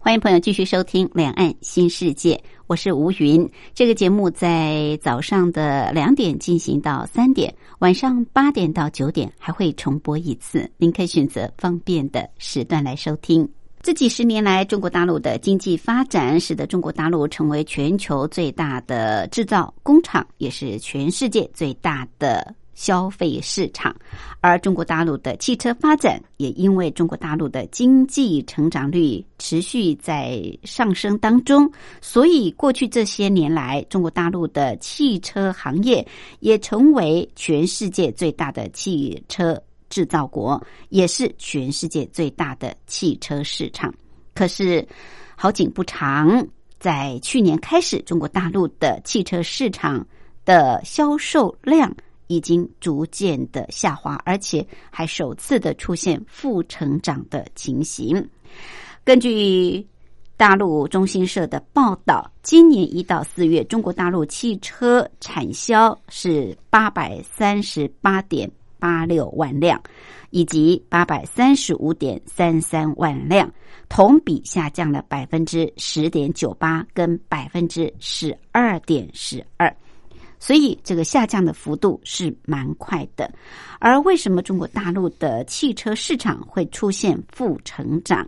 欢迎朋友继续收听《两岸新世界》，我是吴云。这个节目在早上的两点进行到三点，晚上八点到九点还会重播一次，您可以选择方便的时段来收听。这几十年来，中国大陆的经济发展使得中国大陆成为全球最大的制造工厂，也是全世界最大的消费市场。而中国大陆的汽车发展，也因为中国大陆的经济成长率持续在上升当中，所以过去这些年来，中国大陆的汽车行业也成为全世界最大的汽车制造国，也是全世界最大的汽车市场。可是，好景不长，在去年开始，中国大陆的汽车市场的销售量。已经逐渐的下滑，而且还首次的出现负成长的情形。根据大陆中新社的报道，今年一到四月，中国大陆汽车产销是八百三十八点八六万辆，以及八百三十五点三三万辆，同比下降了百分之十点九八跟百分之十二点十二。所以这个下降的幅度是蛮快的，而为什么中国大陆的汽车市场会出现负成长？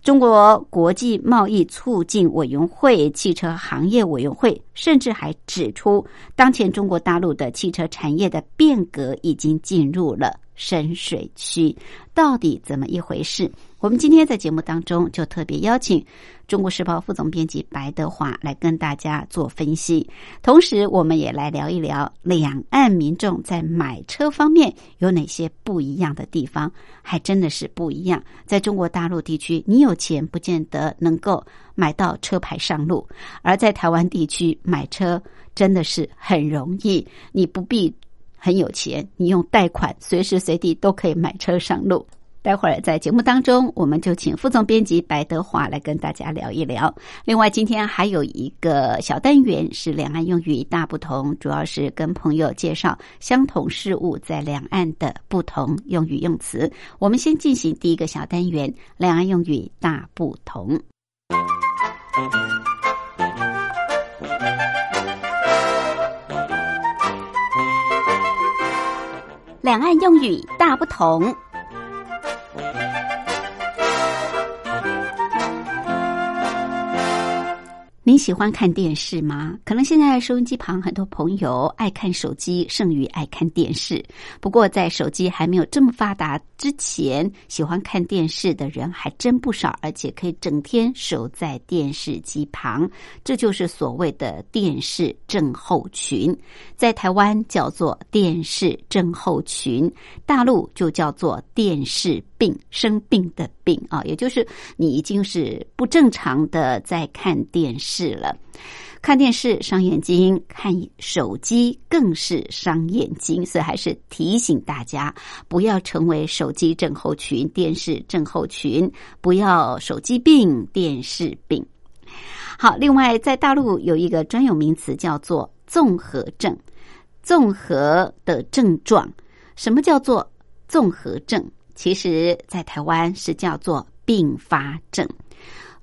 中国国际贸易促进委员会汽车行业委员会甚至还指出，当前中国大陆的汽车产业的变革已经进入了深水区，到底怎么一回事？我们今天在节目当中就特别邀请《中国时报》副总编辑白德华来跟大家做分析，同时我们也来聊一聊两岸民众在买车方面有哪些不一样的地方，还真的是不一样。在中国大陆地区，你有钱不见得能够买到车牌上路，而在台湾地区买车真的是很容易，你不必很有钱，你用贷款随时随地都可以买车上路。待会儿在节目当中，我们就请副总编辑白德华来跟大家聊一聊。另外，今天还有一个小单元是两岸用语大不同，主要是跟朋友介绍相同事物在两岸的不同用语用词。我们先进行第一个小单元：两岸用语大不同。两岸用语大不同。您喜欢看电视吗？可能现在收音机旁很多朋友爱看手机，胜于爱看电视。不过，在手机还没有这么发达之前，喜欢看电视的人还真不少，而且可以整天守在电视机旁，这就是所谓的电视症候群。在台湾叫做电视症候群，大陆就叫做电视。病生病的病啊，也就是你已经是不正常的在看电视了。看电视伤眼睛，看手机更是伤眼睛，所以还是提醒大家不要成为手机症候群、电视症候群，不要手机病、电视病。好，另外在大陆有一个专有名词叫做综合症，综合的症状。什么叫做综合症？其实，在台湾是叫做并发症，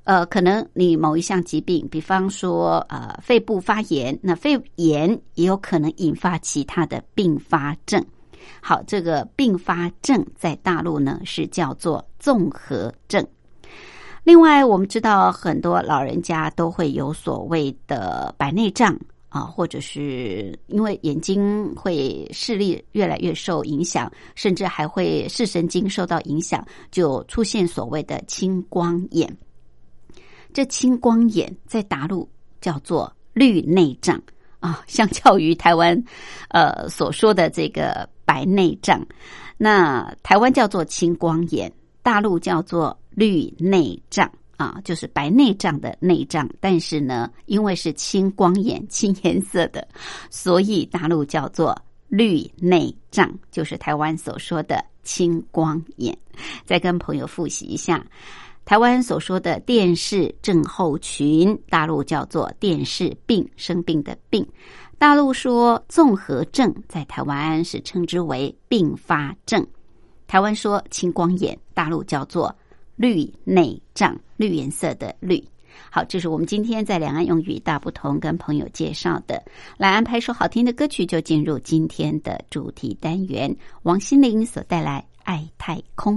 呃，可能你某一项疾病，比方说呃肺部发炎，那肺炎也有可能引发其他的并发症。好，这个并发症在大陆呢是叫做综合症。另外，我们知道很多老人家都会有所谓的白内障。啊，或者是因为眼睛会视力越来越受影响，甚至还会视神经受到影响，就出现所谓的青光眼。这青光眼在大陆叫做绿内障。啊，相较于台湾，呃所说的这个白内障，那台湾叫做青光眼，大陆叫做绿内障。啊，就是白内障的内障，但是呢，因为是青光眼、 青颜色的，所以大陆叫做绿内障，就是台湾所说的青光眼。再跟朋友复习一下，台湾所说的电视症候群，大陆叫做电视病，生病的病。大陆说综合症，在台湾是称之为并发症。台湾说青光眼，大陆叫做。绿内障，绿颜色的绿。好，这是我们今天在两岸用语大不同跟朋友介绍的。来安排首好听的歌曲，就进入今天的主题单元。王心凌所带来《爱太空》。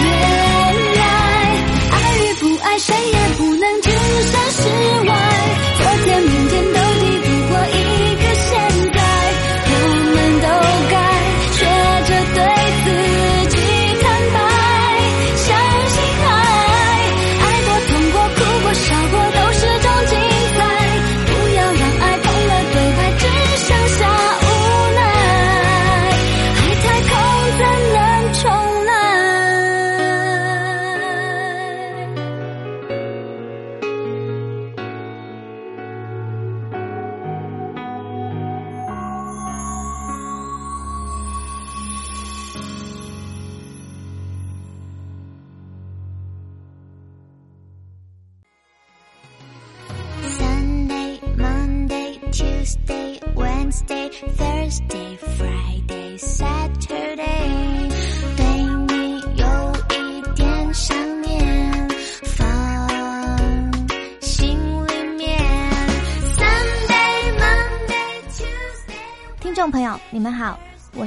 夜 Tuesday, Wednesday, Thursday, Friday, Saturday。对你有一点想念，放心里面。Sunday, Monday, Tuesday。听众朋友，你们好，我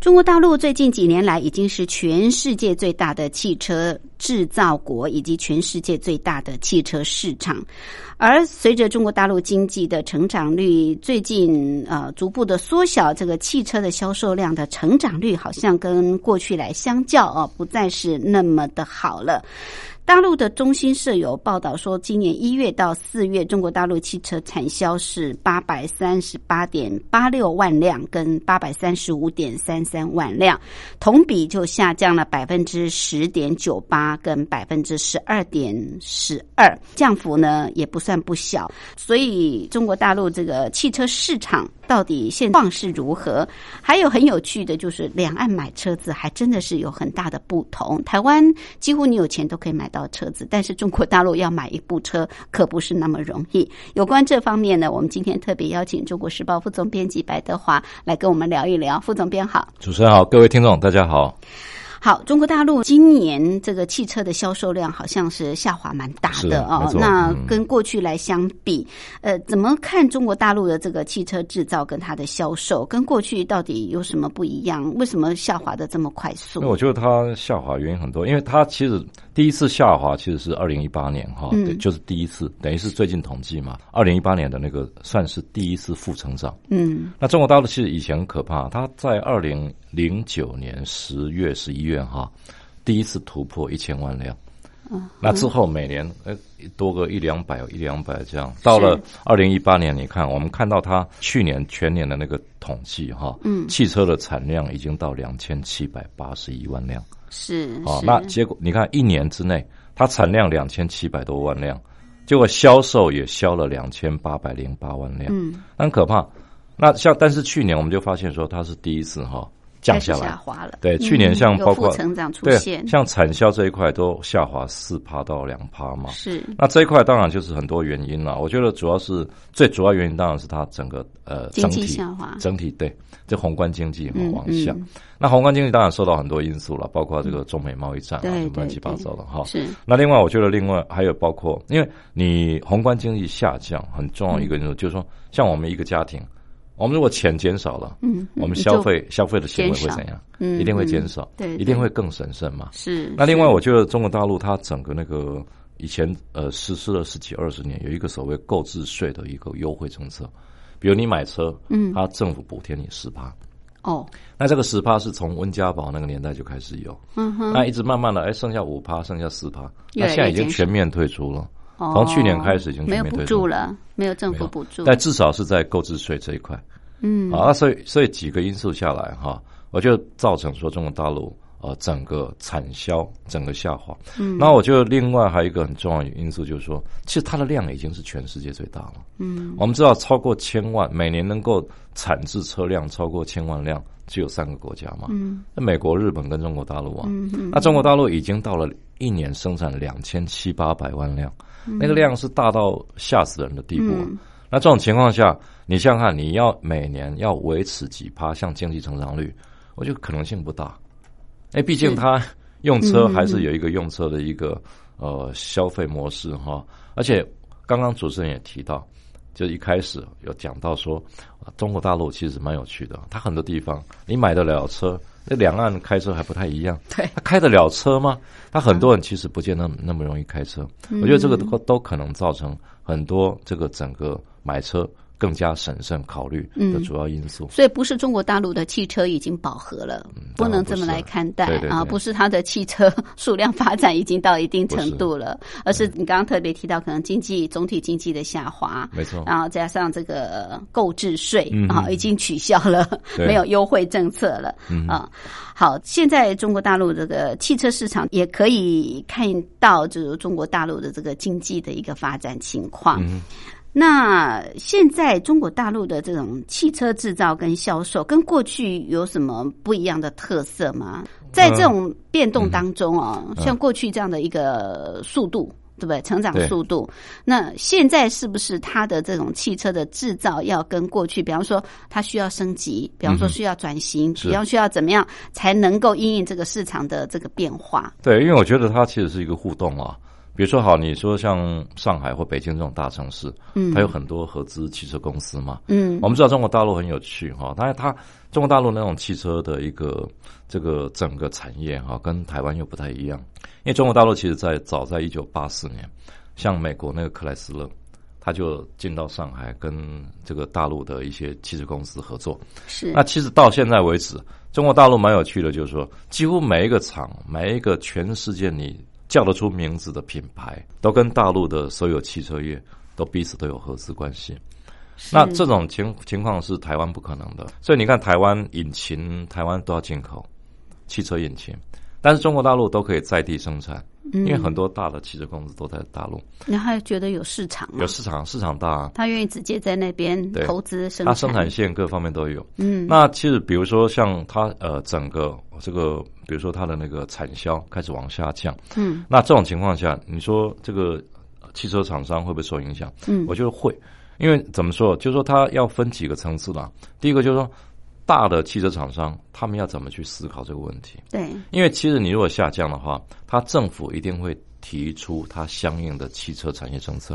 中国大陆最近几年来已经是全世界最大的汽车制造国，以及全世界最大的汽车市场。而随着中国大陆经济的成长率最近呃逐步的缩小，这个汽车的销售量的成长率好像跟过去来相较啊，不再是那么的好了。大陆的中新社有报道说，今年一月到四月，中国大陆汽车产销是八百三十八点八六万辆，跟八百三十五点三三万辆，同比就下降了百分之十点九八，跟百分之十二点十二，降幅呢也不算不小。所以，中国大陆这个汽车市场到底现况是如何？还有很有趣的就是，两岸买车子还真的是有很大的不同。台湾几乎你有钱都可以买到车子，但是中国大陆要买一部车可不是那么容易。有关这方面呢，我们今天特别邀请《中国时报》副总编辑白德华来跟我们聊一聊。副总编好。主持人好，各位听众大家好，好，中国大陆今年这个汽车的销售量好像是下滑蛮大是的哦没。错那嗯跟过去来相比，呃，怎么看中国大陆的这个汽车制造跟它的销售，跟过去到底有什么不一样？为什么下滑的这么快速因为？我觉得它下滑原因很多，因为它其实第一次下滑其实是二零一八年哈，嗯对就是第一次，等于是最近统计嘛，二零一八年的那个算是第一次负成长。嗯那中国大陆其实以前很可怕，它在二零零九年十月、十一月哈，第一次突破一千万辆。那之后每年呃多个一两百一两百这样，到了二零一八年，你看我们看到它去年全年的那个统计哈，嗯汽车的产量已经到两千七百八十一万辆是啊，是那结果你看一年之内它产量两千七百多万辆，结果销售也销了两千八百零八万辆，嗯，很可怕。那像但是去年我们就发现说它是第一次哈降开始下下来，滑了。嗯对，去年像有包负括成长出对啊现，像产销这一块都下滑四趴到两趴嘛。是那这一块当然就是很多原因了，我觉得主要是最主要原因当然是它整个呃经整济体下滑。整体对这宏观经济哈嗯往下，嗯，那宏观经济当然受到很多因素了，包括这个中美贸易战啊，对什么乱对七八糟的哈。是嗯那另外，我觉得另外还有包括，因为你宏观经济下降，很重要一个因素、就是说，像我们一个家庭，我们如果钱减少了，嗯，我们就消费消费的行为减会少怎样？嗯一定会减嗯少，对一定对会更审慎嘛。是。那另外，是我觉得中国大陆它整个那个以前呃实施了十几二十年，有一个所谓购置税的一个优惠政策，比如你买车，嗯它政府补贴你十趴。哦，那这个十趴是从温家宝那个年代就开始有，嗯哼，那一直慢慢的，哎，剩下五趴，剩下四趴，越来越那现在已经减少全面退出了。哦从去年开始已经全没有面补退助出了，没有政没府有补助。但至少是在购置税这一块，嗯，啊，那所以所以几个因素下来哈，我就造成说中国大陆呃整个产销整个下滑。嗯那我觉得另外还有一个很重要的因素就是说，其实它的量已经是全世界最大了。嗯，我们知道超过千万，每年能够产制车辆超过千万辆，只有三个国家嘛，嗯那美国、日本跟中国大陆啊。嗯嗯，那中国大陆已经到了一年生产两千七八百万辆，那个量是大到吓死人的地步啊、嗯那这种情况下，你想想看，你要每年要维持几趴像经济成长率，我觉得可能性不大。哎，毕竟是它用车嗯嗯还是嗯有一个用车的一个呃消费模式哈，而且刚刚主持人也提到，就一开始有讲到说，呃中国大陆其实蛮有趣的，它很多地方你买得了车，那两岸开车还不太一样， 对他开得了车吗？他很多人其实不见得那么容易开车。嗯我觉得这个都都可能造成很多这个整个买车更加审慎考虑的主要因素。所以不是中国大陆的汽车已经饱和了，嗯不能这么来看待对对对啊！不是它的汽车 数量发展已经到一定程不是嗯度了，而是你刚刚特别提到，可能经济总体经济的下滑，没错，然后加上这个购置税嗯啊，已经取消了，对嗯没有优惠政策了啊。好，现在中国大陆这个汽车市场也可以看到，就是中国大陆的这个经济的一个发展情况。嗯那现在中国大陆的这种汽车制造跟销售，跟过去有什么不一样的特色吗？在呃这种变嗯动当中哦，像过去这样的一个速度，对不对？成长对速度，那现在是不是它的这种汽车的制造要跟过去，比方说它需要升级，比方说需要转型，嗯是比方需要怎么样才能够因应这个市场的这个变化？对，因为我觉得它其实是一个互动啊。比如说，好，你说像上海或北京这种大城市，嗯它有很多合资汽车公司嘛。嗯我们知道中国大陆很有趣哈，但是它中国大陆那种汽车的一个这个整个产业哈，跟台湾又不太一样。因为中国大陆其实在早在一九八四年，像美国那个克莱斯勒，它就进到上海跟这个大陆的一些汽车公司合作。是那其实到现在为止，中国大陆蛮有趣的，就是说，几乎每一个厂，每一个全世界你叫得出名字的品牌，都跟大陆的所有汽车业都彼此都有合资关系。那这种情情况是台湾不可能的，所以你看台湾引擎，台湾都要进口汽车引擎，但是中国大陆都可以在地生产，因为很多大的汽车公司都在大陆，然后觉得有市场嘛有，市场，市场大、啊，他愿意直接在那边对投资生它产，生产线各方面都有。嗯，那其实比如说像它呃整个这个，比如说它的那个产销开始往下降，嗯，那这种情况下，你说这个呃汽车厂商会不会受影响？嗯我觉得会，因为怎么说，就是说它要分几个层次啦。第一个就是说，大的汽车厂商他们要怎么去思考这个问题？对，因为其实你如果下降的话，它政府一定会提出它相应的汽车产业政策。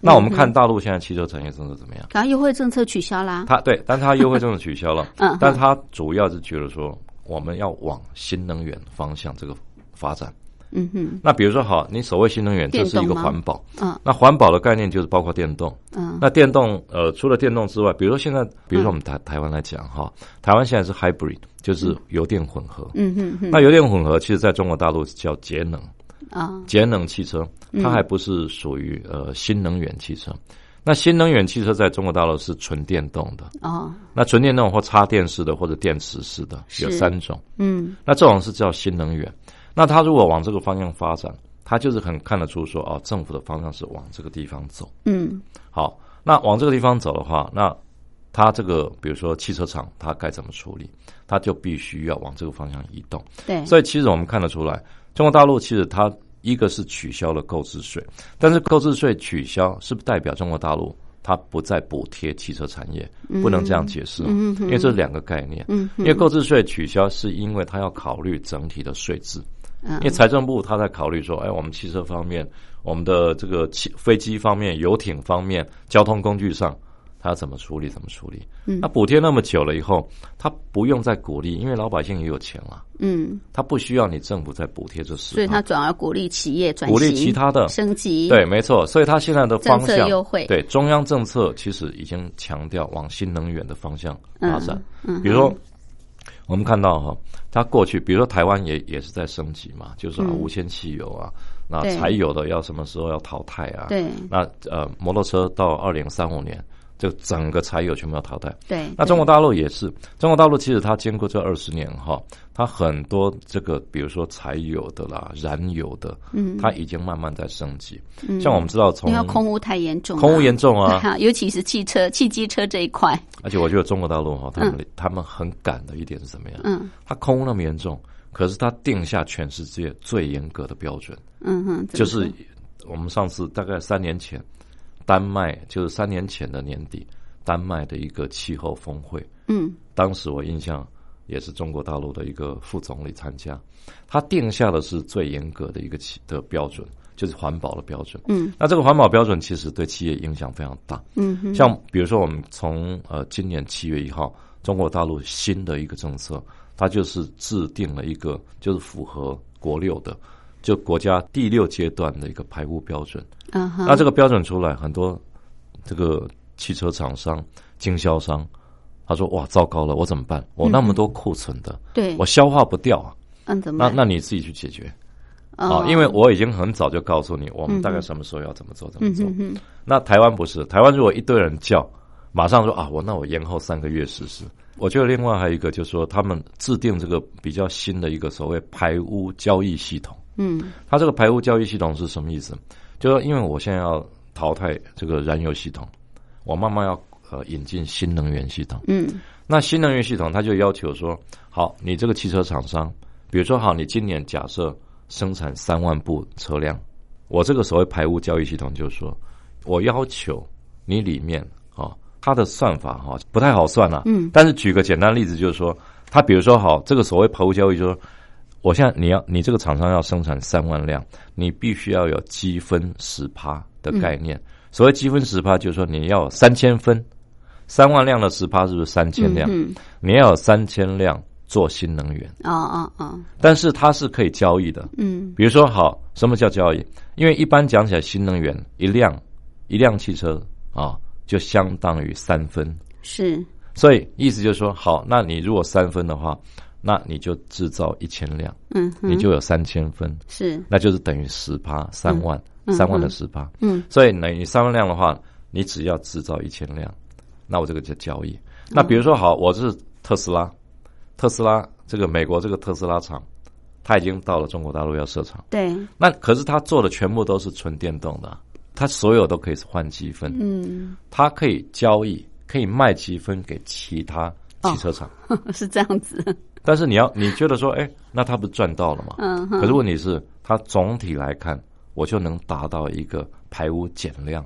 那嗯我们看大陆现在汽车产业政策怎么样？然后优惠政策取消啦，，他对，但他优惠政策取消了 嗯但他主要是觉得说我们要往新能源方向这个发展。嗯哼，那比如说，好，你所谓新能源，这是一电个动吗环保。嗯那环保的概念就是包括电动。嗯那电动，呃，除了电动之外，比如说现在，比如说我们台台湾来讲哈，台湾现在是 hybrid，就是油电混合。嗯哼哼那油电混合其实在中国大陆叫节能，啊，节能汽车，嗯它还不是属于呃新能源汽车。那新能源汽车在中国大陆是纯电动的，哦，那纯电动或插电式的或者电池式的是有三种，嗯那这种是叫新能源。那它如果往这个方向发展，它就是很看得出说哦，政府的方向是往这个地方走。嗯好，那往这个地方走的话，那它这个比如说汽车厂，它该怎么处理，它就必须要往这个方向移动。对，所以其实我们看得出来，中国大陆其实它一个是取消了购置税，但是购置税取消是不是代表中国大陆它不再补贴汽车产业？不能这样解释哦，因为这是两个概念。嗯因为购置税取消是因为它要考虑整体的税制，嗯因为财政部它在考虑说，哎，我们汽车方面、我们的这个汽飞机方面、游艇方面、交通工具上。它要怎么处理？怎么处理？嗯那补贴那么久了以后，它不用再鼓励，因为老百姓也有钱了。嗯，它不需要你政府再补贴这十，所以他转而鼓励企业转型，啊鼓励其他的升级，对，没错。所以它现在的方政策向优惠对中央政策其实已经强调往新能源的方向嗯发展。比如说，我们看到哈，它过去，比如说台湾也也是在升级嘛，就是、啊嗯无铅汽油啊，那对柴油的要什么时候要淘汰啊？对那呃，摩托车到二零三五年，就整个柴油全部要淘汰。对，那中国大大陆也是，中国大陆其实它经过这二十年哈，它很多这个比如说柴油的啦、燃油的，嗯，它已经慢慢在升级。像我们知道从因为空污太严重了，空污严重 啊，哈，尤其是汽车、汽机车这一块，而且我觉得中国大陆哈，他们他们很敢的一点是怎么样？嗯它空污那么严重，可是它定下全世界最严格的标准，嗯哼，怎就么说是我们上次大概三年前，丹麦就是三年前的年底，丹麦的一个气候峰会，嗯当时我印象也是中国大陆的一个副总理参加，他定下的是最严格的一个企的标准，就是环保的标准。嗯，那这个环保标准其实对企业影响非常大。嗯哼，像比如说我们从呃今年七月一号，中国大陆新的一个政策它就是制定了一个就是符合国六的，就国家第六阶段的一个排污标准。嗯哼，那这个标准出来，很多这个汽车厂商、经销商，他说：“哇，糟糕了，我怎么办？嗯我那么多库存的，对我，消化不掉啊。嗯，怎么那办？那你自己去解决哦嗯啊，因为我已经很早就告诉你，我们大概什么时候要怎么做，怎么做。那台湾不是，台湾如果一堆人叫，马上说啊，我那我延后三个月实施。我觉得另外还有一个就是说，他们制定这个比较新的一个所谓排污交易系统。嗯它这个排污交易系统是什么意思？就是说因为我现在要淘汰这个燃油系统，我慢慢要呃引进新能源系统。嗯那新能源系统它就要求说，好，你这个汽车厂商，比如说好，你今年假设生产三万部车辆，我这个所谓排污交易系统就是说，我要求你里面啊、哦它的算法哈、哦不太好算了、嗯但是举个简单例子就是说，它比如说好，这个所谓排污交易就是说。我现在你要你这个厂商要生产三万辆，你必须要有积分十趴的概嗯念。所谓积分十趴，就是说你要三千分，三万辆的十趴是不是三千辆？嗯你要有三千辆做新能源，嗯，哦哦哦，但是它是可以交易的。嗯比如说，好，什么叫交易？因为一般讲起来，新能源一辆一辆汽车啊，就相当于三分，是，所以意思就是说，好，那你如果三分的话，那你就制造一千辆，嗯哼，你就有三千分，是，那就是等于十趴，三万，三万的十趴。嗯所以呢，你三万辆的话，你只要制造一千辆，那我这个就交易。那比如说，好，我是特斯拉，特斯拉这个美国这个特斯拉厂，它已经到了中国大陆要设厂，对，那可是它做的全部都是纯电动的啊，它所有都可以换积分，嗯，它可以交易，可以卖积分给其他汽车哦厂。是这样子，但是你要你觉得说，哎，那他不是赚到了吗？嗯哼可是问题是，它总体来看，我就能达到一个排污减量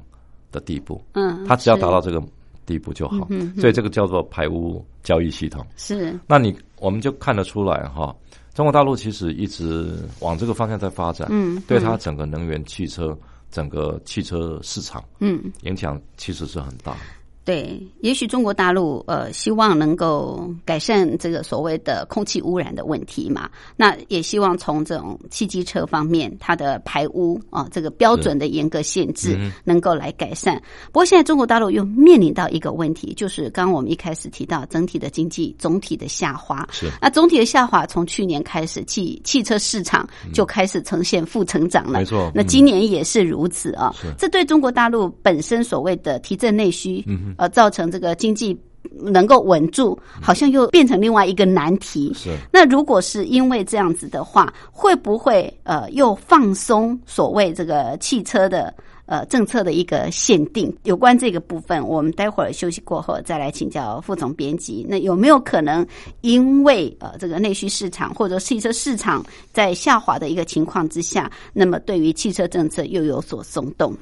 的地步。嗯，它只要达是嗯到这个地步就好。所以这个叫做排污交易系统。是，那你我们就看得出来哈，中国大陆其实一直往这个方向在发展，嗯对它整个能源、汽车、整个汽车市场嗯。影响其实是很大的。对，也许中国大陆呃希望能够改善这个所谓的空气污染的问题嘛，那也希望从这种汽机车方面，它的排污啊、这个标准的严格限制能够来改善。不过现在中国大陆又面临到一个问题，就是刚刚我们一开始提到整体的经济总体的下滑，是那总体的下滑从去年开始，汽汽车市场就开始呈现负成长了，没错那嗯今年也是如此啊、这对中国大陆本身所谓的提振内需，嗯呃，造成这个经济能够稳住，嗯好像又变成另外一个难题。是那如果是因为这样子的话，会不会呃又放松所谓这个汽车的呃政策的一个限定？有关这个部分，我们待会儿休息过后再来请教副总编辑。那有没有可能因为呃这个内需市场或者汽车市场在下滑的一个情况之下，那么对于汽车政策又有所松动？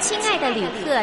亲爱的旅客，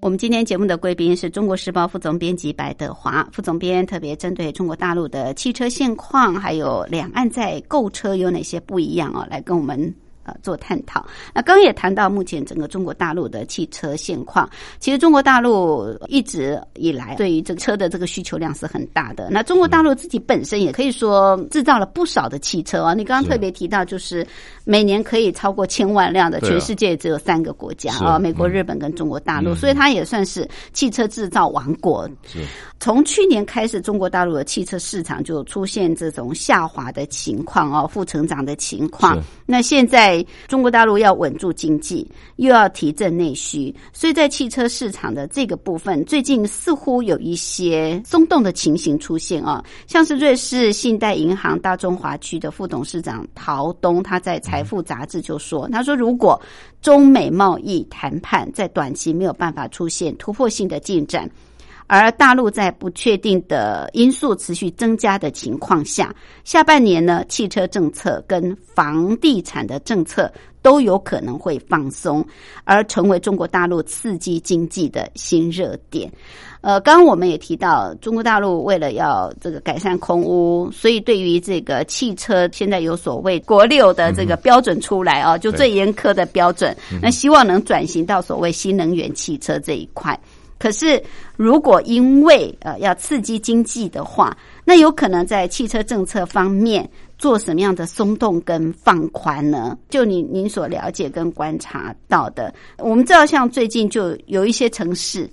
我们今天节目的贵宾是中国时报副总编辑白德华副总编，特别针对中国大陆的汽车现况，还有两岸在购车有哪些不一样哦，来跟我们呃做探讨。那刚也谈到目前整个中国大陆的汽车现况，其实中国大陆一直以来对于这个车的这个需求量是很大的。那中国大陆自己本身也可以说制造了不少的汽车哦。你刚刚是特别提到，就是每年可以超过千万辆的，对啊全世界只有三个国家是啊、美国、嗯日本跟中国大陆，嗯所以它也算是汽车制造王国。是从去年开始，中国大陆的汽车市场就出现这种下滑的情况哦，负成长的情况是。那现在中国大陆要稳住经济，又要提振内需，所以在汽车市场的这个部分，最近似乎有一些松动的情形出现哦。像是瑞士信贷银行大中华区的副董事长陶东，他在《财富》杂志就说，他说如果中美贸易谈判在短期没有办法出现突破性的进展。而大陆在不确定的因素持续增加的情况下，下半年呢，汽车政策跟房地产的政策都有可能会放松，而成为中国大陆刺激经济的新热点。呃，刚刚我们也提到，中国大陆为了要这个改善空污，所以对于这个汽车现在有所谓国六的这个标准出来哦，就最严苛的标准，那希望能转型到所谓新能源汽车这一块。可是，如果因为呃要刺激经济的话，那有可能在汽车政策方面做什么样的松动跟放宽呢？就您您所了解跟观察到的，我们知道，像最近就有一些城市，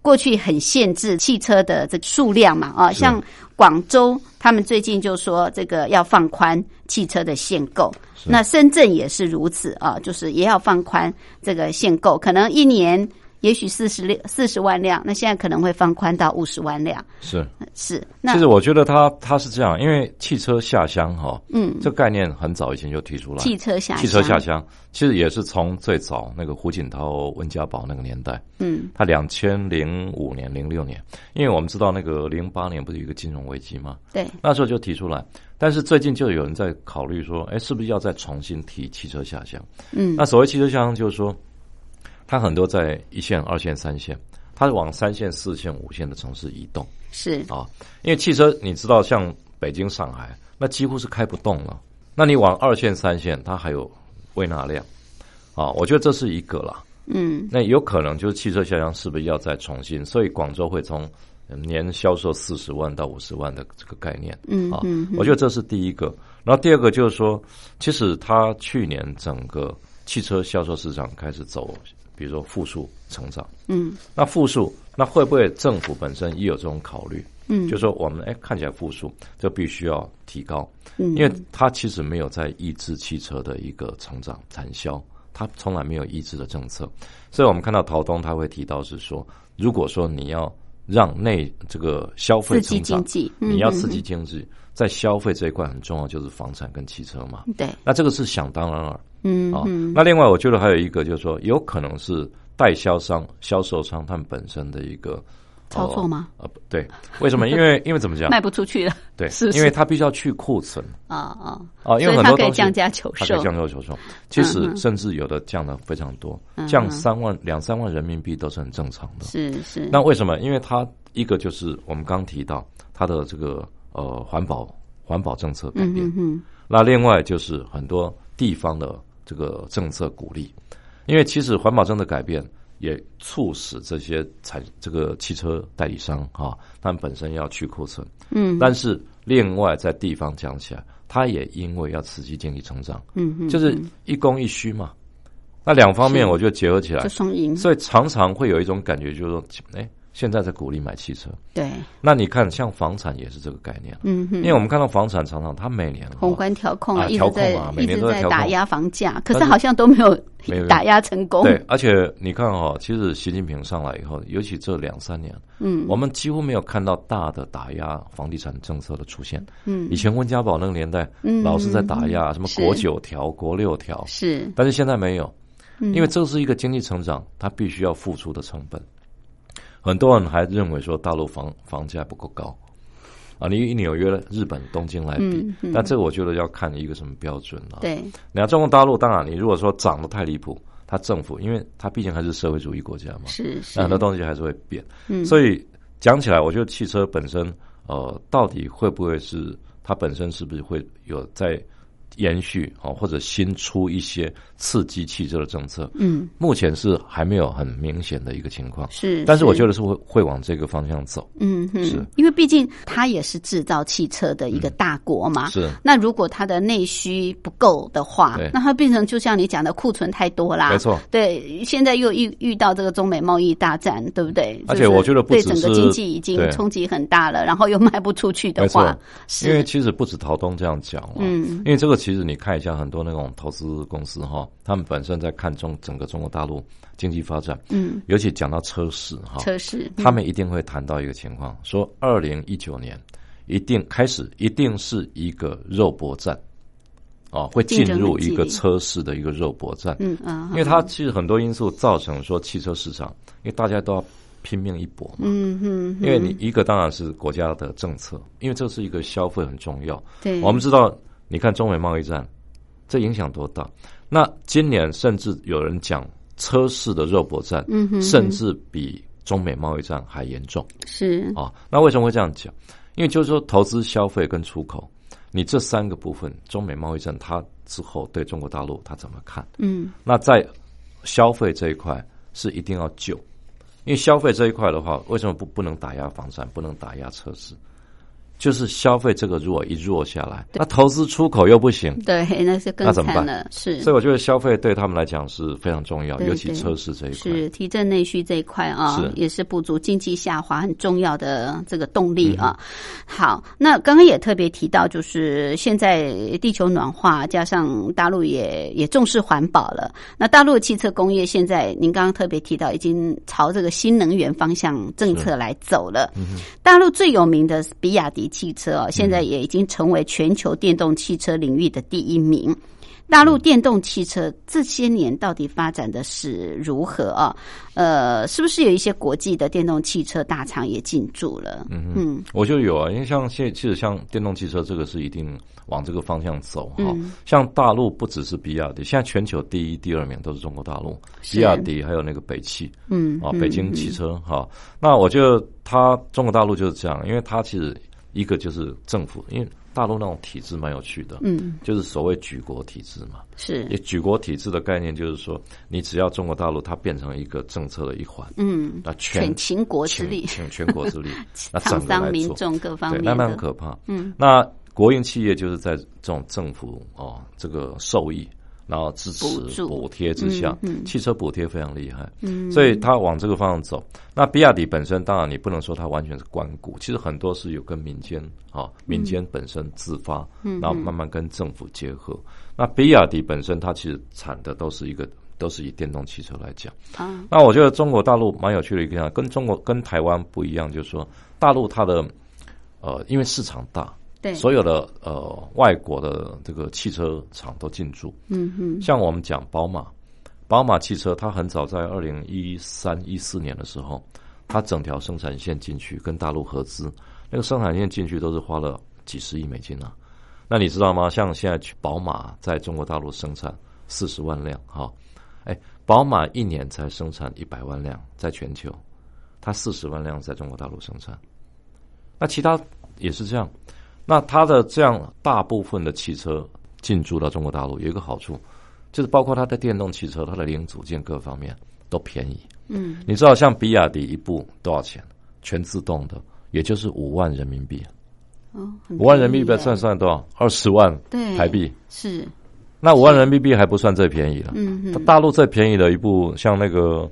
过去很限制汽车的这个数量嘛，啊，是像广州，他们最近就说这个要放宽汽车的限购。是那深圳也是如此啊，就是也要放宽这个限购，可能一年也许四十六四十万辆，那现在可能会放宽到五十万辆。是。是，那其实我觉得它它是这样，因为汽车下乡哈、嗯，这概念很早以前就提出来。汽车下汽车下乡，乡其实也是从最早那个胡锦涛、温家宝那个年代，嗯，他两千零五年、零六年，因为我们知道那个零八年不是有一个金融危机吗？对，那时候就提出来，但是最近就有人在考虑说，哎，是不是要再重新提汽车下乡？嗯那所谓汽车下乡，就是说，它很多在一线、二线、三线，它往三线、四线、五线的城市移动。是，啊、因为汽车你知道，像北京、上海，那几乎是开不动了。那你往二线、三线，它还有未纳量啊、我觉得这是一个啦。嗯那有可能就是汽车销量是不是要再重新？所以广州会从呃年销售四十万到五十万的这个概念嗯啊、嗯我觉得这是第一个。然后第二个就是说，其实它去年整个汽车销售市场开始走，比如说负数成长。嗯那负数，那会不会政府本身也有这种考虑？嗯，就说我们哎看起来复苏，就必须要提高，因因为它其实没有在抑制汽车的一个成长产销，它从来没有抑制的政策，所以我们看到陶东他会提到是说，如果说你要让内这个消费刺激成经长，济，嗯你要刺激，经济，在消费这一块很重要，就是房产跟汽车嘛，嗯嗯对，那这个是想当然了。嗯啊、嗯那另外我觉得还有一个就是说，有可能是代销商、销售商他们本身的一个操作吗？呃，呃不对，为什么？因为因为怎 么讲？卖不出去了对，是是因为他必须要去库存啊啊，啊，因所为以很它多可以东西降价求它可售以，降价求售，其嗯实嗯甚至有的降的非常多，嗯降嗯三万、两三万人民币都是很正常的。是是，那为什么？因为它一个就是我们刚提到它的这个呃环保环保政策改嗯变，嗯嗯，那另外就是很多地方的这个政策鼓励，因为其实环保政策改变也促使这些产这个汽车代理商啊，他们本身要去库存，嗯，但是另外在地方讲起来，它也因为要刺激经济成长，嗯嗯，就是一供一需嘛。那两方面是我就结合起来就，双赢，所以常常会有一种感觉，就是说，哎，现在在鼓励买汽车。对，那你看，像房产也是这个概念，啊嗯哼，因为我们看到房产常常它每年宏观调控啊一直调控在嘛每一年直都在在调控打压房价，可但是是好像都没没有有用打压成功。哦对，而且你看哦，其实习近平上来以后，尤其这两三年，嗯，我们几乎没有看到大的打压房地产政策的出现。嗯以前温家宝那个年代，嗯老是在打压什么是国九条、国六条，是，但是现在没有，嗯因为这是一个经济成长，它必须要付出的成本。很多人还认为说大陆房房价不够高啊，你以纽约、日本、东京来比嗯，嗯但这个我觉得要看一个什么标准了、啊。对，你看中国大陆，当然你如果说涨得太离谱，它政府因为它毕竟还是社会主义国家嘛，是是那很多东西还是会变。嗯所以讲起来，我觉得汽车本身，呃，到底会不会是它本身是不是会有在延续啊、哦或者新出一些刺激汽车的政策？嗯目前是还没有很明显的一个情况，是，但是我觉得是会会往这个方向走。嗯哼是，因为毕竟它也是制造汽车的一个大国嘛。是，那如果它的内需不够的话对，那它变成就像你讲的库存太多啦。没。错。对，现在又遇遇到这个中美贸易大战，对不对？而且就是我觉得不对只整个是经济已经对冲击很大了，然后又卖不出去的没错话，因为是其实不止陶东这样讲嘛，哦嗯因为这个其实你看一下很多那种投资公司哈，他们本身在看中整个中国大陆经济发展，嗯，尤其讲到车市哈，车市，他们一定会谈到一个情况，说二零一九年一定开始一定是一个肉搏战，啊，会进入一个车市的一个肉搏战，嗯啊因，为它其实很多因素造成说汽车市场，因为大家都要拼命一搏嘛，嗯哼，因为你一个当然是国家的政策，因为这是一个消费很重要。对，我们知道，你看中美贸易战，这影响多大？那今年甚至有人讲车市的肉搏战，嗯哼甚至比中美贸易战还严重是啊！那为什么会这样讲？因为就是说，投资、消费跟出口，你这三个部分，中美贸易战它之后对中国大陆它怎么看？嗯那在消费这一块是一定要救，因为消费这一块的话，为什么不不能打压房产，不能打压车市？就是消费这个如果一弱下来，那投资出口又不行，对，那是更那怎么惨办了，是所以我觉得消费对他们来讲是非常重要，对尤其对车市这一块。是提振内需这一块啊，是也是补足经济下滑很重要的这个动力啊。好，那刚刚也特别提到，就是现在地球暖化，加上大陆也也重视环保了。那大陆的汽车工业现在，您刚刚特别提到，已经朝这个新能源方向政策来走了。大陆最有名的比亚迪汽车哦，现在也已经成为全球电动汽车领域的第一名。大陆电动汽车这些年到底发展的是如何啊？呃，是不是有一些国际的电动汽车大厂也进驻了？嗯嗯我就有啊，因为像现其实像电动汽车这个是一定往这个方向走哈、嗯像大陆不只是比亚迪，现在全球第一、第二名都是中国大陆，是比亚迪还有那个北汽，嗯啊，北京汽车哈、那我觉得它中国大陆就是这样，因为它其实一个就是政府，因为大陆那种体制蛮有趣的，嗯就是所谓举国体制嘛。是也举国体制的概念就是说，你只要中国大陆它变成一个政策的一环，嗯，那全全秦国之力，全全国 之力，那整厂个商、来民做，众各方对，面那那的，很可怕。嗯那国营企业就是在这种政府哦这个受益，然后支持补助补贴之下，嗯嗯汽车补贴非常厉害，嗯所以它往这个方向走。那比亚迪本身，当然你不能说它完全是关谷，其实很多是有跟民间啊、民间本身自发，嗯然后慢慢跟政府结合。那比亚迪本身，它其实产的都是一个。都是以电动汽车来讲，啊，那我觉得中国大陆蛮有趣的一个地方，跟中国跟台湾不一样，就是说大陆它的呃，因为市场大，对，所有的呃外国的这个汽车厂都进驻。嗯嗯像我们讲宝马，宝马汽车它很早在二零一三一四年的时候，它整条生产线进去跟大陆合资，那个生产线进去都是花了几十亿美金啊。那你知道吗？像现在去宝马在中国大陆生产四十万辆，哈、哎，宝马一年才生产一百万辆，在全球，它四十万辆在中国大陆生产，那其他也是这样。那它的这样大部分的汽车进驻到中国大陆有一个好处，就是包括它的电动汽车、它的零组件各方面都便宜。嗯，你知道像比亚迪一部多少钱？全自动的，也就是五万人民币，哦，很五万人民币便宜耶嗯算算多少？二十万对台币。是，那五万人民币还不算最便宜了。嗯嗯大陆最便宜的一部，像那个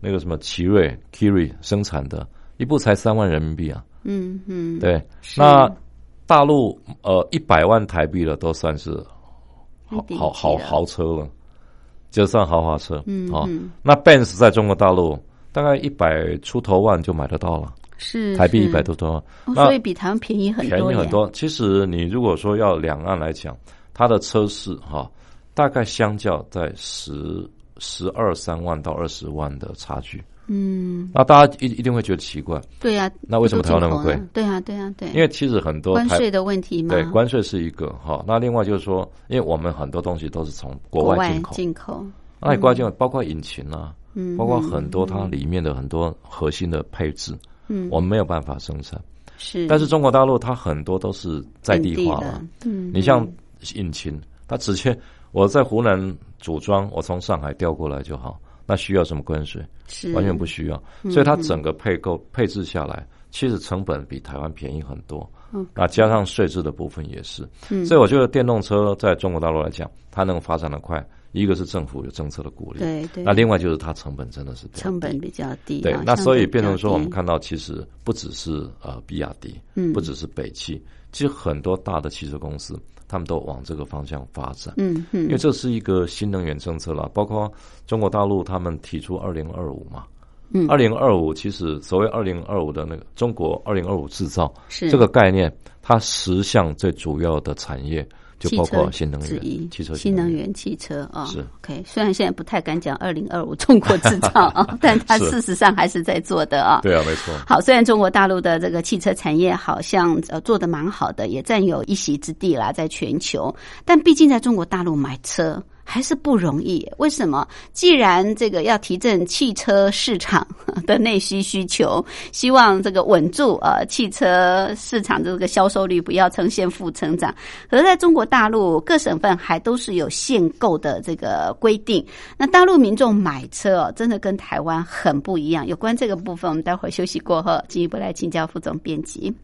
那个什么奇瑞 Kiri 生产的，一部才三万人民币啊。嗯嗯，对，那大陆呃一百万台币的都算是太顶级豪豪了豪车了，就算豪华车。嗯哦嗯，那 Benz 在中国大陆大概一百出头万就买得到了，是台币嗯是一百多头万，哦那所以比台湾便宜很便多，宜很。多。其实你如果说要两岸来讲，它的车市哈、大概相较在十十二三万到二十万的差距。嗯，那大家一一定会觉得奇怪，对啊呀、那为什么台湾那么贵都进口啊？对啊，对啊，对，因为其实很多关台税的问题嘛，对关税是一个哈、那另外就是说，因为我们很多东西都是从国外进口，进口，那你国外进口包括引擎啊，嗯，包括很多它里面的很多核心的配置，嗯，我们没有办法生产。是，但是中国大陆它很多都是在本地化的了，，嗯，你像引擎，它直接我在湖南组装，我从上海调过来就好，那需要什么关税？是完全不需要。所以它整个配嗯购配置下来，其实成本比台湾便宜很多。 OK 那加上税制的部分也是，嗯所以我觉得电动车在中国大陆来讲，它能发展的快，一个是政府有政策的鼓励，对对，那另外就是它成本真的是比较成低本比较低啊，对，那所以变成说，我们相看到其实不只是呃比亚迪，嗯不只是北汽，其实很多大的汽车公司，他们都往这个方向发展，对比较低，嗯嗯，因为这是一个新能源政策了。包括中国大陆他们提出二零二五嘛，嗯二零二五其实所谓二零二五的那个中国二零二五制造是这个概念，它十项最主要的产业就汽包车括新能之一源、汽车、新能。源、汽车啊。是 OK，虽然现在不太敢讲二零二五中国 制造啊，但它是事实上还是在做的啊。对啊，没 错。好，虽然中国大陆的这个汽车产业好像呃做的蛮好的，也占有一席之地啦，在全球，但毕竟在中国大陆买车。还是不容易，为什么？既然这个要提振汽车市场 的内需需求，希望这个稳住呃汽车市场的这个销售率不要呈现负成长，可是在中国大陆各省份还都是有限购的这个规定，那大陆民众买车哦，真的跟台湾很不一样。有关这个部分，我们待会儿休息过后进一步来请教副总编辑。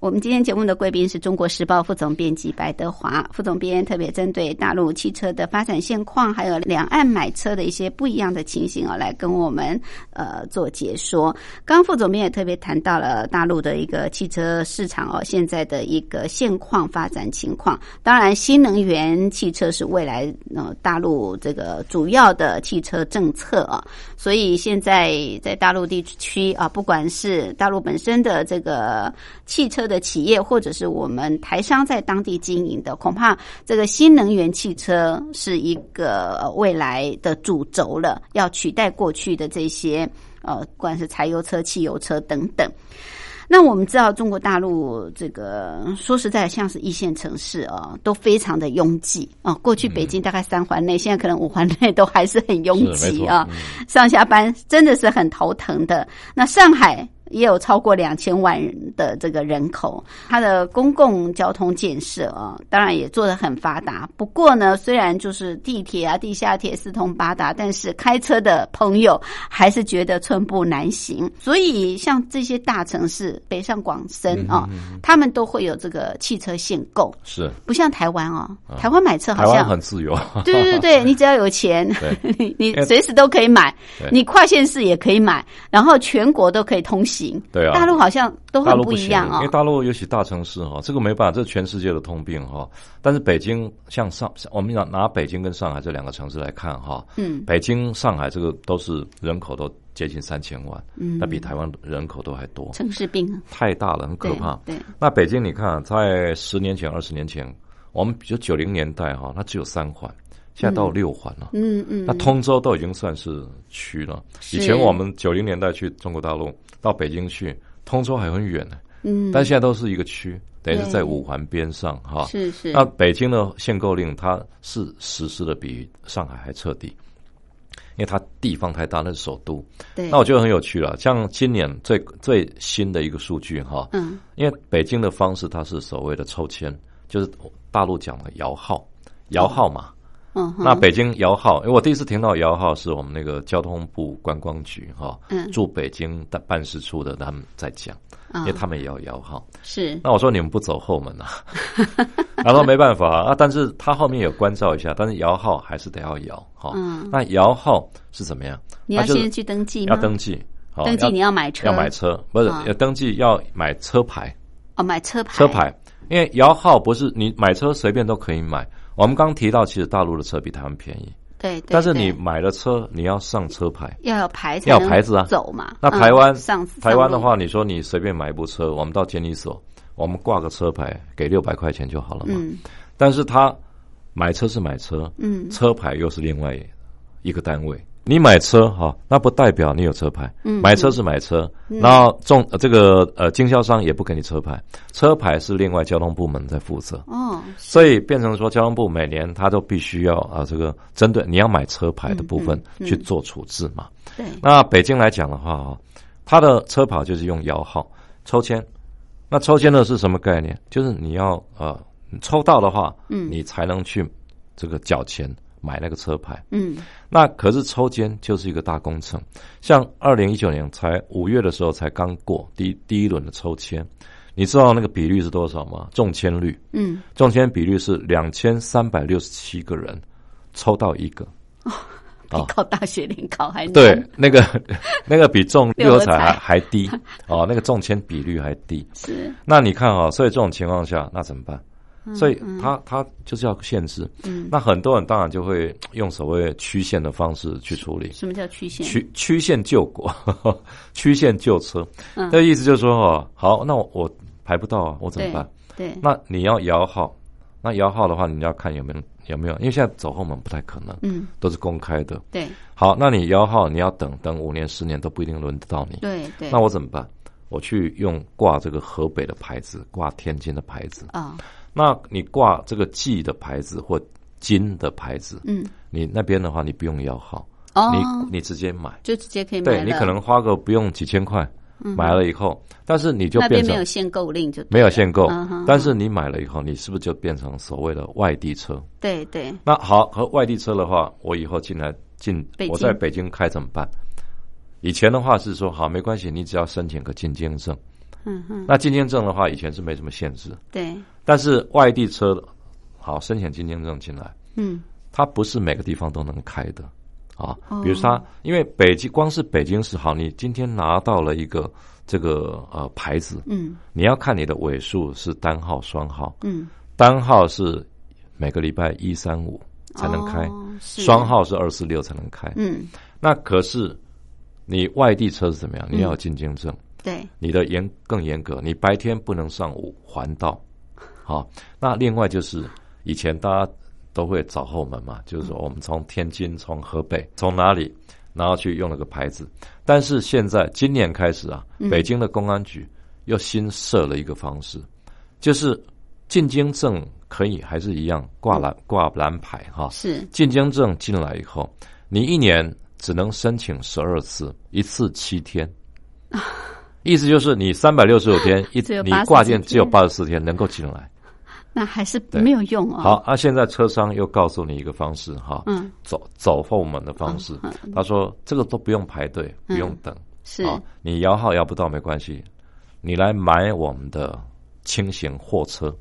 我们今天节目的贵宾是中国时报副总编辑白德华副总编，特别针对大陆汽车的发展现况，还有两岸买车的一些不一样的情形哦，来跟我们呃做解说。刚刚副总编也特别谈到了大陆的一个汽车市场哦，现在的一个现况发展情况。当然，新能源汽车是未来呃大陆这个主要的汽车政策啊、所以现在在大陆地区啊，不管是大陆本身的这个汽车的企业，或者是我们台商在当地经营的，恐怕这个新能源汽车是一个呃未来的主轴了，要取代过去的这些呃，不管是柴油车、汽油车等等。那我们知道，中国大陆这个说实在像是一线城市啊，都非常的拥挤啊。过去北京大概三环内，现在可能五环内都还是很拥嗯是没挤错啊。上下班真的是很头疼的。那上海也有超过两千万人的这个人口，它的公共交通建设啊，当然也做得很发达。不过呢，虽然就是地铁啊、地下铁四通八达，但是开车的朋友还是觉得寸步难行。所以，像这些大城市，北上广深啊，嗯他们都会有这个汽车限购，是不像台湾哦，台湾买车啊台好湾像很自由， 对对对对，你只要有钱， 你你随时都可以买呃对，你跨县市也可以买，然后全国都可以通行。对啊大陆好像都大很陆不一行样因为哦。大陆尤其大城市哈、这个没办法，这是全世界的通病哈、但是北京像上，我们拿拿北京跟上海这两个城市来看哈、嗯北京、上海这个都是人口都接近三千万，嗯，那比台湾人口都还多，城市病太大了，很可怕。对，对那北京你看啊，在十年前、二十年前，我们就九零年代哈、那只有三环，现在到六环了。嗯嗯，那通州都已经算是区了。是以前我们九零年代去中国大陆，到北京去，通州还很远呢、嗯，但现在都是一个区，等于是对在五环边上哈。是是那北京的限购令，它是实施的比上海还彻底，因为它地方太大，那是首都。对，那我觉得很有趣了，像今年最最新的一个数据哈，嗯因为北京的方式它是所谓的抽签，就是大陆讲的摇号，摇号码。嗯哼那北京摇号，因为我第一次听到摇号是我们那个交通部观光局哈、嗯驻北京的办事处的他们在讲，因啊为他们也要摇号。是那我说你们不走后门 啊， 然后没办法啊，但是他后面有关照一下，但是摇号还是得要摇哈。嗯那摇号是怎么样？你要那就是先去登记吗要？登记，好登记你要买车，要买车，不是啊要登记要买车牌，哦，买车牌，车，牌，因为摇号不是你买车随便都可以买。我们刚提到，其实大陆的车比台湾便宜，对，对但是对你买了车，你要上车牌。要有牌才要能牌子啊走嘛。那嗯台湾、上台湾的，上话，你说你随便买一部车，我们到监理所，我们挂个车牌，给六百块钱就好了路嘛。嗯但是他买车是买车，嗯车牌又是另外一个单位。你买车哈、那不代表你有车牌。嗯买车是买车，然后中呃这个呃经销商也不给你车牌，车牌是另外交通部门在负责，哦，所以变成说交通部每年他都必须要啊这个针对你要买车牌的部分嗯嗯去做处置嘛。对，那北京来讲的话哈，它的车牌就是用摇号抽签。那抽签的是什么概念？就是你要呃你抽到的话，嗯你才能去这个缴钱买那个车牌。嗯那可是抽签就是一个大工程，像二零一九年才五月的时候才刚过第一第一轮的抽签，你知道那个比率是多少吗？中签率，嗯，中签比率是两千三百六十七个人抽到一个，比考大学联考还难。哦对，那个 那个比中六合六合彩彩还还低哦，那个中签比率还低。是，那你看啊、所以这种情况下，那怎么办？所以他他就是要限制。嗯那很多人当然就会用所谓曲线的方式去处理，什么叫曲线？曲曲线救国， 曲线救车。嗯那、意思就是说哦，好，那我我排不到啊，我怎么办？对，那你要摇号，那摇号的话，你要看有没有有没有，因为现在走后门不太可能，嗯，都是公开的。对好，那你摇号，你要等等五年、十年都不一定轮得到你。对对。那我怎么办？我去用挂这个河北的牌子，挂天津的牌子。啊、那你挂这个冀的牌子或金的牌子，嗯，你那边的话，你不用摇号，哦你，你直接买。就直接可以买对了。嗯你可能花个不用几千块，买了以后，但是你就那变边没有成限购令就对没了有限购嗯哼，但是你买了以后，你是不是就变成所谓的外地车？对对那好，和外地车的话，我以后进来进北，京我在北京开怎么办？以前的话是说，好，没关系，你只要申请个进京证，嗯嗯，那进京证的话，以前是没什么限制，对，但是外地车好申请进京证进来，嗯它不是每个地方都能开的啊哦。比如它，因为北京光是北京市好，你今天拿到了一个这个呃牌子，嗯你要看你的尾数是单号、双号，嗯，单号是每个礼拜一、三、五才能开，哦是双号是二、四、六才能开。嗯那可是你外地车是怎么样？你要有进京证，对，你的严更严格，你白天不能上午环道。 好，那另外就是以前大家都会找后门嘛，就是说我们从天津、从河北、从哪里，然后去用了个牌子。但是现在今年开始啊，北京的公安局又新设了一个方式，就是进京证可以还是一样挂蓝挂蓝牌哈，是进京证进来以后，你一年只能申请十二次，一次七 天。意思就是你三百六十五天一只有你84挂件只有天八十四天能够进来。那还是对没有用哦。好，，那、现在车商又告诉你一个方式哈，嗯，走走后门的方式。他说这个都不用排队，不嗯用等，是好啊你摇号摇不到没关系，你来买我们的轻型货车。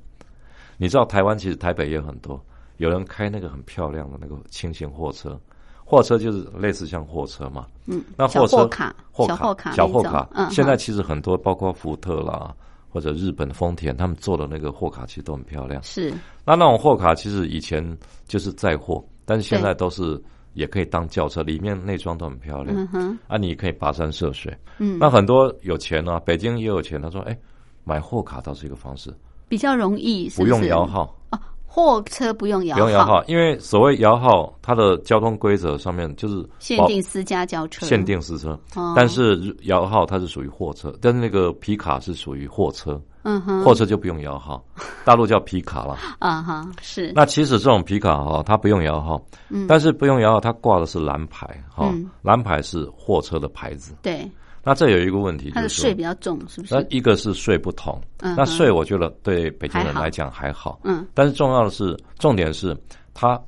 你知道台湾其实台北也有很多，有人开那个很漂亮的那个轻型货车，货车就是类似像货车嘛，嗯，那小货车货卡、货小货卡、小货卡，嗯，现在好其实很多包括福特啦。或者日本丰田他们做的那个货卡其实都很漂亮，是那那种货卡其实以前就是载货，但是现在对都是也可以当轿车，里面内装都很漂亮、嗯哼啊，你可以跋山涉水。嗯，那很多有钱啊，北京也有钱，他说：“哎，买货卡倒是一个方式，比较容易，是不用是摇号，哦，货车不用摇不用摇号，因为所谓摇号，它的交通规则上面就是限保定私家轿车，限定私车，哦，但是摇号它是属于货车，但是那个皮卡是属于货车，嗯哼，货车就不用 摇号，大陆叫皮卡了。”啊哈是那其实这种皮卡哈、它不用摇号，但是不用摇号，它挂的是蓝牌哈、嗯蓝牌是货车的牌子。对，那这有一个问题，它就的是税说，比较重，是不那是？一个是税不同，嗯哼那税我觉得对北京还人好来讲还好，嗯但是重要的是，重点是它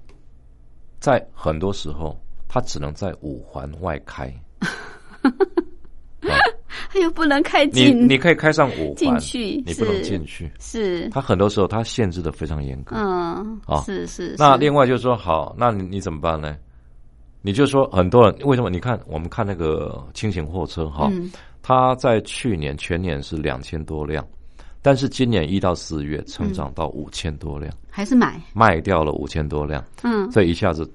在很多时候，它只能在五环外开。啊它又哎不能开你进，你可以开上五进环，去你不能是进去。是它很多时候它限制的非常严格。嗯啊是是那是另外就是说，好，那你你怎么办呢？你就说很多人为什么？你看我们看那个轻型货车哈，嗯它在去年全年是两千多辆，但是今年一到四月成长到五千多辆，还是买卖掉了五千多辆，嗯。所以一下子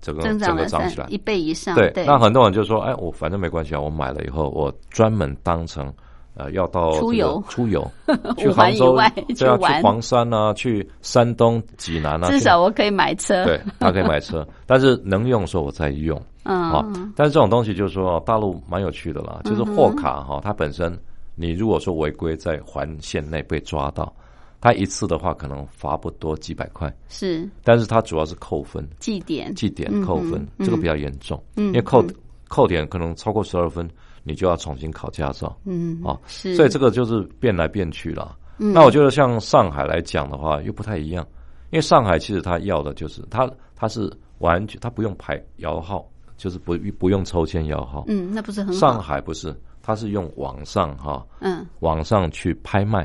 整个增嗯整长个了涨起来三一。倍以上，对对，，那很多人就说，哎，我反正没关系啊，我买了以后，我专门当成。呃，要到出这个游，出游 去五环杭以州外，去对啊，玩去黄山啊，去山东、济南啊，至去少我可以买车， 对，他可以买车，但是能用的时候我再用啊嗯，。但是这种东西就是说，大陆蛮有趣的啦，就是货卡哈，它本身你如果说违规在环线内被抓到，它一次的话可能罚不多几百块，是但是它主要是扣分、绩点，记点扣分，嗯这个比较严重，嗯因为扣嗯扣点可能超过十二分，你就要重新考驾照。嗯，哦是，所以这个就是变来变去啦。嗯那我觉得像上海来讲的话，又不太一样，因为上海其实它要的就是它它是完全它不用排摇号，就是不不用抽签摇号。嗯，那不是很好，上海不是，它是用网上哈嗯网上去拍卖。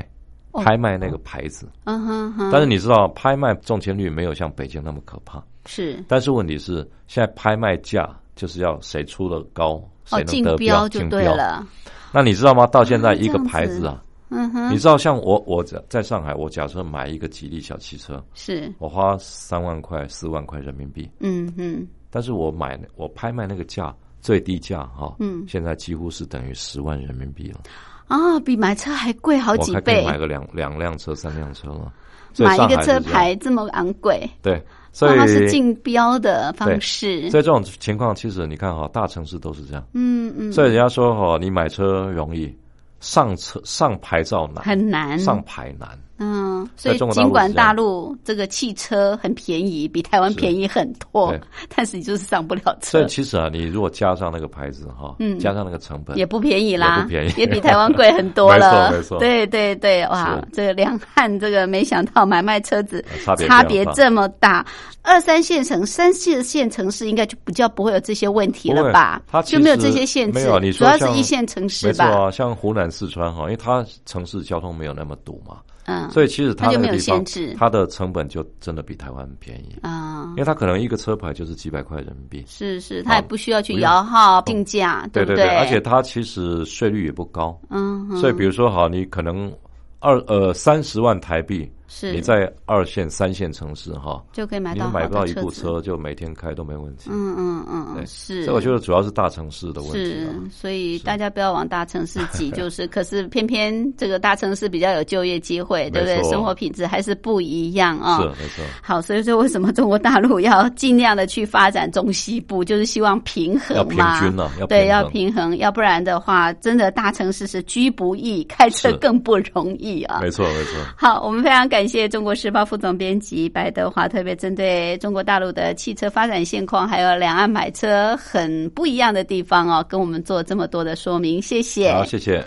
哦拍卖那个牌子，嗯哼哼，但是你知道拍卖中签率没有像北京那么可怕，是但是问题是现在拍卖价就是要谁出的高，哦谁，能竞得标就竞对标。了，那你知道吗？到现在啊一这个样牌子子啊，嗯你哼，知道，像我我在在上海，我假设买一个吉利小汽车，是，我花三万块、四万块人民币，嗯嗯但是我买我拍卖那个价最低价哈、嗯现在几乎是等于十万人民币了，啊，比买车还贵好我几还可倍以，买个两两辆车、三辆车了。所以买一上个车海是这样牌这么昂贵，对，所那以它是竞标的方对式，所以这种情况，其实你看哈、大城市都是这样，嗯嗯，所以人家哦说哈、你买车容易，上车上牌照难，很难，上牌难。嗯，所以在中国大陆尽管是这样大陆这个汽车很便宜，比台湾是便宜很多对，但是你就是上不了所车以，其实啊，你如果加上那个牌子哈，嗯加上那个成本，也不便宜啦，也不便宜比台湾贵很多了。 没错没错对对对，哇是，这个两汉这个没想到买卖车子呃差别差非别常大这么大，二三线城、三四线城市应该就比较不会有这些问题不了会吧？它其就没有实这些限没制有你，主说要是像一线城市没错吧？啊，像湖南、四川哈，因为它城市交通没有那么堵嘛，嗯，所以其实它它就那没个有地方限制它的成本就真的比台湾便宜，啊因。为它可能一个车牌就是几百块人民币。是是，他也不需要去啊不用摇号定价，对不对，而且它其实税率也不高，嗯，所以比如说好，你可能二呃三十万台币，是你在二线、三线城市哈，就可以买你到买好不的到一部子，车就每天开都没问题。嗯嗯嗯嗯，对是。所以我觉得主要是大城市的问题是啊。，所以大家不要往大城市 挤，就是，可是偏偏这个大城市比较有就业机会，对不对没？错生活品质还是不一样啊、是没错，好，所以说为什么中国大陆要尽量的去发展中西部，就是希望平衡要平嘛，均了，要对，平要衡平衡，要不然的话，真的大城市是居不易，开车是更不容易啊。没错没错。好，我们非常感谢《中国时报》副总编辑白德华，特别针对中国大陆的汽车发展现况，还有两岸买车很不一样的地方哦，跟我们做这么多的说明，谢谢。好，谢谢。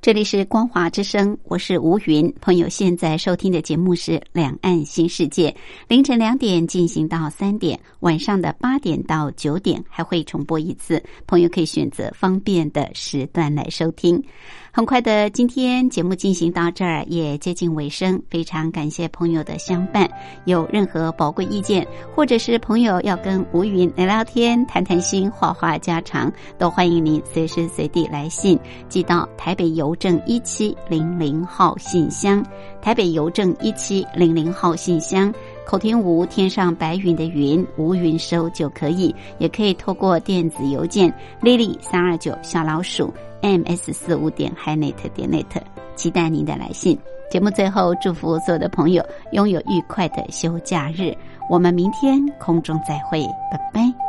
这里是光华之声，我是吴云。朋友现在收听的节目是《两岸新世界》，凌晨两点进行到三点，晚上的八点到九点还会重播一次，朋友可以选择方便的时段来收听。很快的，今天节目进行到这儿也接近尾声，非常感谢朋友的相伴。有任何宝贵意见，或者是朋友要跟吴云聊聊天、谈谈心、话话家常，都欢迎您随时随地来信。寄到台北邮政一七零零号信箱，台北邮政一七零零号信箱，口天吴天上白云的云，吴云收就可以，也可以透过电子邮件 lily 三二九小老鼠 ms 四五点 hinet E 点 net，期待您的来信。节目最后，祝福所有的朋友拥有愉快的休假日，我们明天空中再会，拜拜。